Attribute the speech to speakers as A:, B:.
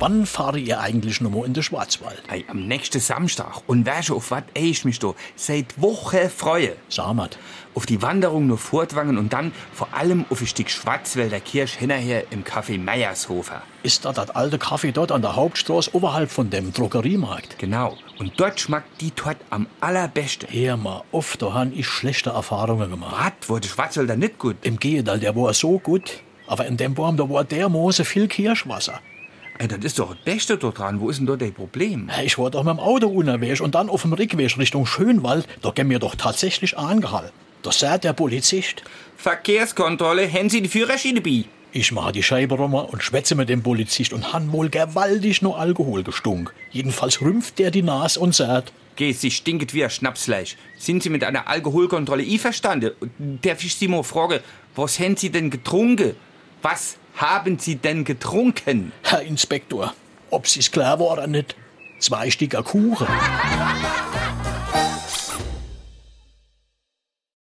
A: Wann fahre ihr eigentlich nochmal in den Schwarzwald?
B: Hey, am nächsten Samstag. Und weißt du, auf was ich mich da seit Woche freue?
A: Samat.
B: Auf die Wanderung nach Furtwangen und dann vor allem auf ein Stück Schwarzwälder Kirsch hinterher im Café Meiershofer.
A: Ist da das alte Kaffee dort an der Hauptstraße oberhalb von dem Drogeriemarkt?
B: Genau. Und dort schmeckt die Torte am allerbesten.
A: Hör mal, oft da han ich schlechte Erfahrungen gemacht.
B: Was? Wurde Schwarzwälder nicht gut?
A: Im Gehedal, der war so gut, aber in dem Baum, da war dermaßen viel Kirschwasser.
B: Ey, das ist doch das Beste dort dran. Wo ist denn dort das Problem?
A: Hey, Ich war doch mit dem Auto unterwegs und dann auf dem Rückweg Richtung Schönwald, da gehen wir doch tatsächlich angehalten. Da sah der Polizist.
B: Verkehrskontrolle, haben Sie die Führerscheine bei?
A: Ich mache die Scheibe runter und schwätze mit dem Polizist und han wohl gewaltig nur Alkohol gestunk. Jedenfalls rümpft der die Nase und sagt,
B: Geh, Sie stinket wie ein Schnapsfleisch. Sind Sie mit einer Alkoholkontrolle einverstanden? Darf ich Sie mal fragen, was haben Sie denn getrunken? Was haben Sie denn getrunken?
A: Herr Inspektor, ob Sie's klar war oder nicht, zwei Sticker Kuchen.